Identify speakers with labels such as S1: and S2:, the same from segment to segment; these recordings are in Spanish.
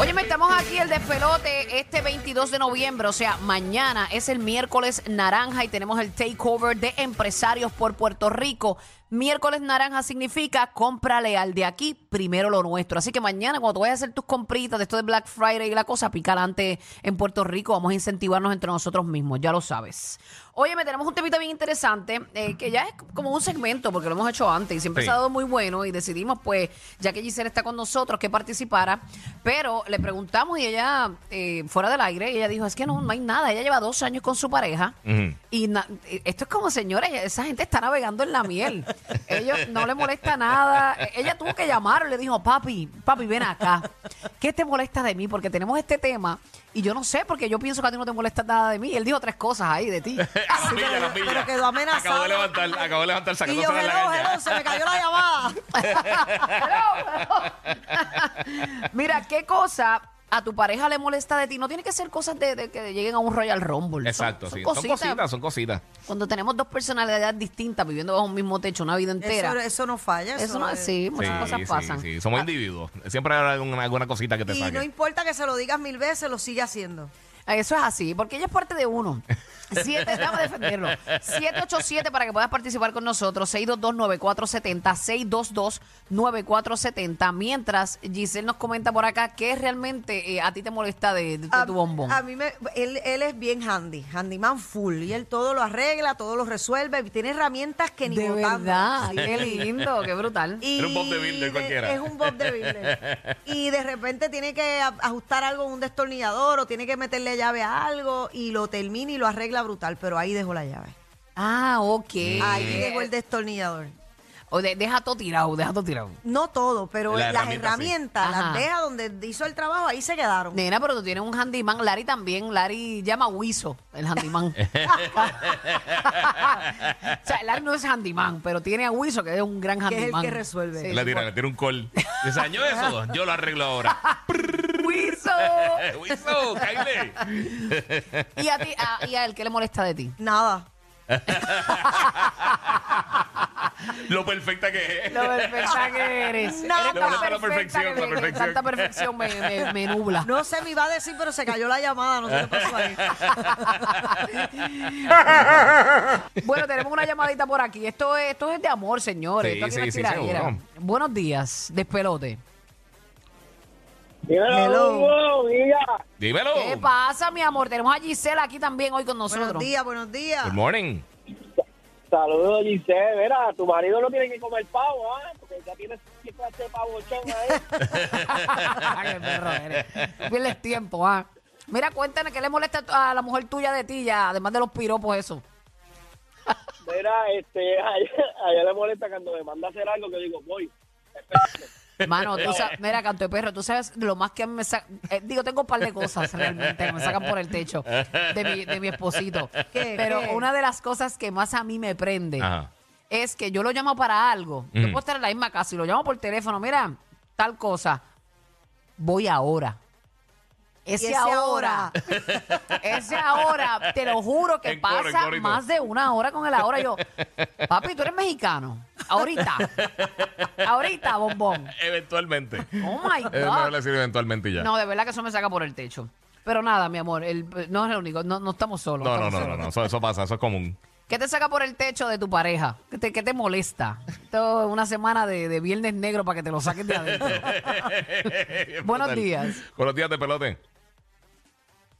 S1: Oye, estamos aquí el despelote este 22 de noviembre, o sea, mañana es el miércoles naranja y tenemos el takeover de empresarios por Puerto Rico. Miércoles naranja significa cómprale al de aquí primero lo nuestro. Así que mañana cuando tú vayas a hacer tus compritas de esto de Black Friday y la cosa, pica adelante en Puerto Rico, vamos a incentivarnos entre nosotros mismos, ya lo sabes. Oye, tenemos un temita bien interesante, eh, que ya es como un segmento, porque lo hemos hecho antes y siempre
S2: Sí.
S1: se ha dado muy bueno y decidimos, pues, ya que Giselle está con nosotros, que participara, pero le preguntamos y ella, eh, fuera del aire, ella dijo, es que no, no hay nada, ella lleva dos años con su pareja y na- eh, esto es como, señores, esa gente está navegando en la miel, ellos no le molesta nada, Eh, ella tuvo que llamar, le dijo, papi, papi, ven acá, ¿qué te molesta de mí? Porque tenemos este tema y yo no sé, porque yo pienso que a ti no te molesta nada de mí, y él dijo tres cosas ahí de ti.
S2: Las millas, las millas.
S3: pero quedó amenazado.
S2: Ah, Acabo de levantar, acabo de levantar,
S3: Y
S2: sacando
S3: yo,
S2: todas
S3: hello,
S2: las
S3: hello,
S2: millas.
S3: se me cayó la llamada.
S1: Mira, ¿qué cosa a tu pareja le molesta de ti? No tiene que ser cosas de, de que lleguen a un Royal Rumble. Son-
S2: Exacto,
S1: son
S2: sí. Son
S1: cositas.
S2: cositas, son cositas.
S1: Cuando tenemos dos personalidades distintas viviendo bajo un mismo techo una vida entera.
S3: Eso, eso no falla.
S1: Eso no- sí, muchas
S2: Sí,
S1: cosas
S2: sí,
S1: pasan.
S2: sí. Somos individuos. Siempre habrá alguna, alguna cosita que te
S3: Y
S2: saque.
S3: no importa que se lo digas mil veces, lo sigue haciendo.
S1: Eso es así, porque ella es parte de uno. Siete, déjame defenderlo. 787 para que puedas participar con nosotros. 622-9470. 622-9470. Mientras Giselle nos comenta por acá qué realmente eh, a ti te molesta de, de- de
S3: A-
S1: tu bombón.
S3: A mí me, él, él es bien handy, handyman full. Y él todo lo arregla, todo lo resuelve. y Tiene herramientas que ni
S1: de
S3: botando.
S1: verdad,
S3: Sí.
S1: qué lindo, qué brutal.
S3: Y
S2: Era un bodybuilder
S3: de-
S2: cualquiera.
S3: Es un bodybuilder. y de repente tiene que a- ajustar algo en un destornillador o tiene que meterle llave a algo y lo termina y lo arregla brutal, pero ahí dejó la llave.
S1: Ah, ok.
S3: Ahí dejó el destornillador.
S1: O de- deja todo tirado, deja todo tirado.
S3: No todo, pero
S2: La
S3: las
S2: herramienta, sí.
S3: herramientas,
S1: Ajá.
S3: las deja donde hizo el trabajo, ahí se quedaron.
S1: Nena, pero tú tienes un handyman. Larry también. Larry llama Wiso, el handyman. o sea, Larry no es handyman, pero tiene a Wiso, que es un gran
S3: Que es el
S1: handyman.
S3: que resuelve.
S1: Sí.
S2: Le tira, le tira un call. ¿Desañó eso? Yo lo arreglo ahora.
S1: ¡Wiso!
S2: Eh, Wiso, cáile.
S1: ¿Y a ti? A, ¿Y a él qué le molesta de ti?
S3: Nada.
S2: Lo perfecta que es.
S1: Lo perfecta que eres.
S3: No.
S1: Eres tan
S3: Le
S2: molesta la
S1: perfecta que
S2: perfección, la
S1: me- que
S2: perfección.
S1: Tanta perfección me, me- me nubla.
S3: No se me iba a decir, pero se cayó la llamada, no sé qué pasó ahí.
S1: Bueno, tenemos una llamadita por aquí. Esto es, esto es de amor, señores.
S2: Sí,
S1: Esto aquí no es
S2: sí, sí,
S1: tiradera.
S2: seguro.
S1: Buenos días, despelote.
S3: Hello.
S4: Hello. Hugo, mira,
S2: Dímelo.
S1: ¿Qué pasa, mi amor? Tenemos a Gisela aquí también hoy con nosotros.
S3: buenos días, buenos días.
S2: Good morning.
S4: saludos Giselle, mira, tu marido no tiene que comer pavo, ¿ah? Porque ya tienes que hacer pavochón ahí.
S1: Qué perro eres. Pierdes tiempo, ah. Mira, cuéntame qué le molesta a la mujer tuya de ti ya, además de los piropos eso.
S4: Mira, este, a ella, a ella le molesta cuando me manda a hacer algo que digo, voy.
S1: Mano, tú sabes, mira, canto de perro, tú sabes lo más que a mí me saca, digo, tengo un par de cosas realmente que me sacan por el techo de mi, de mi esposito.
S3: ¿Qué,
S1: Pero
S3: qué?
S1: una de las cosas que más a mí me prende
S2: Ajá.
S1: es que yo lo llamo para algo. Yo
S2: Mm.
S1: puedo estar en la misma casa y lo llamo por teléfono, mira, tal cosa. Voy ahora. Ese,
S3: ese
S1: ahora. ese ahora, te lo juro que
S2: En coro, en
S1: pasa
S2: corito.
S1: más de una hora con el ahora. Yo, papi, tú eres mexicano. Ahorita. Ahorita, bombón.
S2: Eventualmente.
S1: Oh my
S2: Eh, no
S1: God.
S2: le sirve eventualmente y ya.
S1: No, de verdad que eso me saca por el techo. Pero nada, mi amor, el- no es lo único, no, no estamos solos.
S2: no, no,
S1: estamos
S2: no, no,
S1: solos.
S2: no. Eso, eso pasa, eso es común.
S1: ¿Qué te saca por el techo de tu pareja? ¿Qué te, qué te molesta? Esto es una semana de, de viernes negro para que te lo saquen de adentro. Buenos
S2: Brutal.
S1: días.
S2: Buenos días de pelote.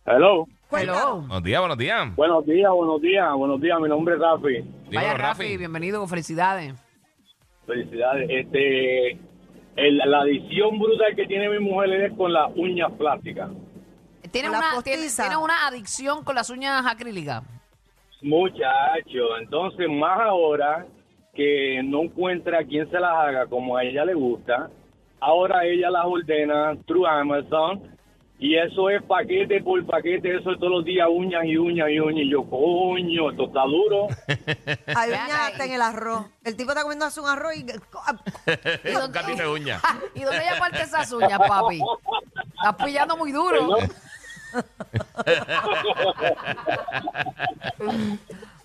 S4: Hello.
S1: Hello.
S2: Buenos días, buenos días.
S4: Buenos días, buenos días, buenos días, mi nombre es Rafi.
S2: Dímelo,
S1: Vaya Rafi, bienvenido, felicidades.
S4: Felicidades. Este, el- la adicción brutal que tiene mi mujer es con las uñas plásticas.
S1: Tiene
S3: Con la
S1: una, tiene,
S3: postiza.
S1: tiene una adicción con las uñas acrílicas.
S4: Muchacho, entonces más ahora que no encuentra quien se las haga como a ella le gusta, ahora ella las ordena through Amazon Y eso es paquete por paquete, eso es todos los días uñas y uñas y uñas. Y yo, coño, esto está duro.
S3: Hay
S1: Ven
S3: uñas
S1: acá,
S3: hasta
S1: y-
S3: en el arroz. El tipo está comiendo un arroz y.
S1: ¿Y
S2: Un
S1: dónde-
S2: gatito de uña.
S1: ¿Y dónde ella parte esas uñas, papi? Estás pillando muy duro.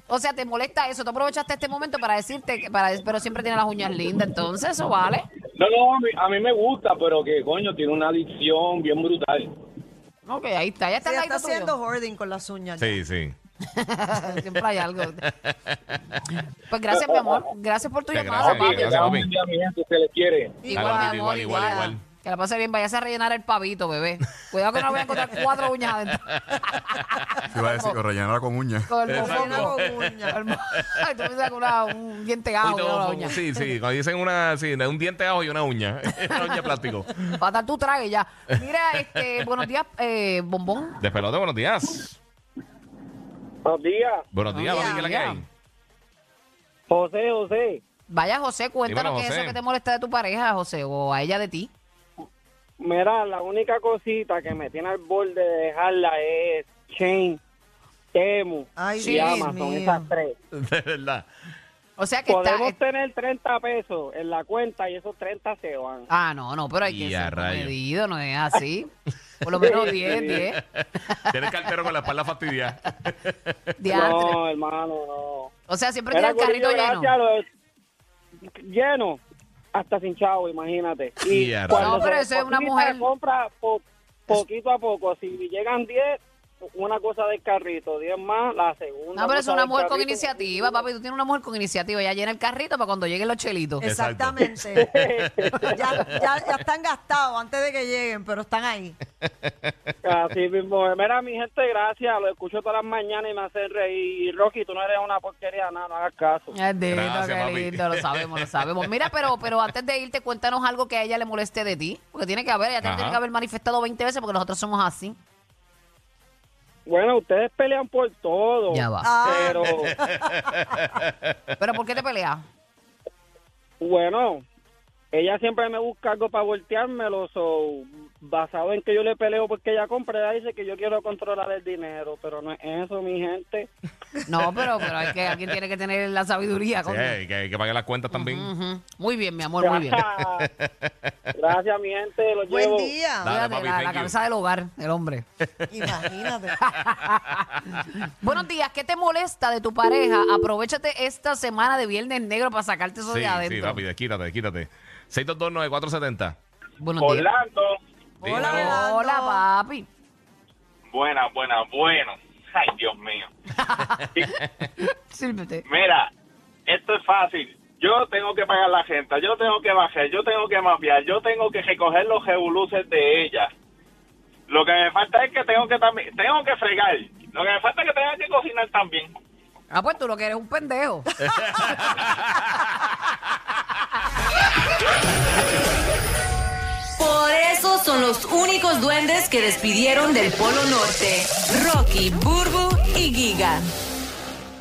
S1: O sea, te molesta eso. Tú aprovechaste este momento para decirte, que para, pero siempre tiene las uñas lindas, entonces eso vale.
S4: No, no, a mí, a mí me gusta, pero que coño, tiene una adicción bien brutal.
S1: Ok, ahí está. Ya está
S3: Se
S1: el
S3: está
S1: ladito tuyo.
S3: haciendo hoarding con las uñas.
S2: Sí, sí.
S1: Siempre hay algo. Pues gracias, mi amor. Gracias por tu
S2: Gracias,
S1: llamada, papi.
S2: gracias, papi.
S4: Un día, mi gente, se le quiere.
S2: Claro,
S1: mi
S2: igual, igual, igual.
S1: Que la pase bien, vayas a rellenar el pavito, bebé. Cuidado que no voy a encontrar cuatro uñas adentro.
S5: Te iba a decir, o rellenarla con uñas.
S1: Con el
S3: Rellena
S1: mofongo.
S3: con uñas.
S1: Con el mo- Ay, Tú piensas con una- un diente gajo,
S2: Uy,
S1: que era Ah, la
S2: todo-
S1: uña.
S2: sí, sí. Cuando dicen una, sí, un diente de ajo y una uña. una uña de plástico.
S1: Para dar tu trague ya. Mira, este, buenos días, eh, bombón.
S2: Despelote, buenos días.
S4: Buenos días,
S2: Buenos días,
S1: Buenos
S2: papi, ¿qué es la que
S1: días.
S2: hay?
S4: José, José.
S1: Vaya, José, cuéntanos
S2: Dímelo,
S1: qué es
S2: José.
S1: eso que te molesta de tu pareja, José, o a ella de ti.
S6: Mira, la única cosita que me tiene al borde de dejarla es Chain, Temu
S3: Ay,
S6: y
S1: Dios eh,
S6: Amazon,
S3: mío.
S6: esas tres.
S2: De verdad.
S1: O sea que
S6: Podemos
S1: está.
S6: tener 30 pesos en la cuenta y esos 30 se van.
S1: Ah, no, no, pero hay que
S2: Y a
S1: ser
S2: rayos.
S1: medido, no es así. Por lo menos 10, 10.
S2: Tienes cartero con la espalda fastidiada.
S1: diantre.
S6: No, hermano, no.
S1: O sea, siempre
S6: Era
S1: tiene el carrito
S6: Corillo,
S1: lleno.
S6: gracias, lo- lleno, hasta sin chavo, imagínate.
S2: Y a
S6: cuando
S1: rayos. No, pero
S6: se
S1: eso es una
S6: posibilita
S1: mujer-
S6: la compra po- poquito a poco, si llegan 10, una cosa del carrito, 10 más, la segunda.
S1: No, pero es
S6: cosa
S1: una
S6: del
S1: mujer con
S6: carrito.
S1: iniciativa, papi. Tú tienes una mujer con iniciativa. Ella llena el carrito para cuando lleguen los chelitos.
S3: Exactamente. ya, ya, ya están gastados antes de que lleguen, pero están ahí.
S6: Así mismo, es. mira mi gente, gracias, lo escucho todas las mañanas y me hacen reír. Y Rocky, tú no eres una porquería, nada, no hagas caso.
S1: Es de
S2: Gracias,
S1: qué
S2: papi.
S1: lindo, lo sabemos, lo sabemos. Mira, pero, pero antes de irte, cuéntanos algo que a ella le moleste de ti. Porque tiene que haber, ella te
S2: Ajá.
S1: tiene que haber manifestado 20 veces porque nosotros somos así.
S6: Bueno, ustedes pelean por todo,
S1: Ya va.
S3: Ah,
S6: pero
S1: Pero ¿por qué te peleas?
S6: bueno, ella siempre me busca algo para volteármelo, so, basado en que yo le peleo porque ella compra, ella dice que yo quiero controlar el dinero, pero no es eso, mi gente.
S1: No, pero, pero hay que, alguien tiene que tener la sabiduría.
S2: Sí,
S1: coño.
S2: que, hay que pagar las cuentas también.
S1: Ujú. Muy bien, mi amor, muy bien.
S6: Gracias, gracias mi gente, lo
S3: buen
S6: llevo.
S3: día.
S2: Dale,
S1: Fíjate,
S2: papi,
S1: la,
S2: thank
S1: la
S2: you.
S1: cabeza del hogar, el hombre.
S3: Imagínate.
S1: Buenos días, ¿qué te molesta de tu pareja? Aprovechate esta semana de Viernes Negro para sacarte eso
S2: Sí,
S1: de
S2: sí,
S1: adentro.
S2: rápido, quítate, quítate. 6229470.
S1: Buenos días.
S4: Orlando.
S2: Dímelo.
S3: Hola, Orlando.
S1: Hola, papi.
S4: Buena, buena, bueno. Ay, Dios mío.
S1: Sírvete.
S4: Mira, esto es fácil. Yo tengo que pagar la gente, yo tengo que bajar, yo tengo que mapear, yo tengo que recoger los revoluces de ella. Lo que me falta es que tengo que también, tengo que fregar. Lo que me falta es que tenga que cocinar también.
S1: Ah, pues tú lo que eres un pendejo.
S7: Por eso son los únicos duendes que despidieron del Polo Norte. Rocky, Burbu y Giga.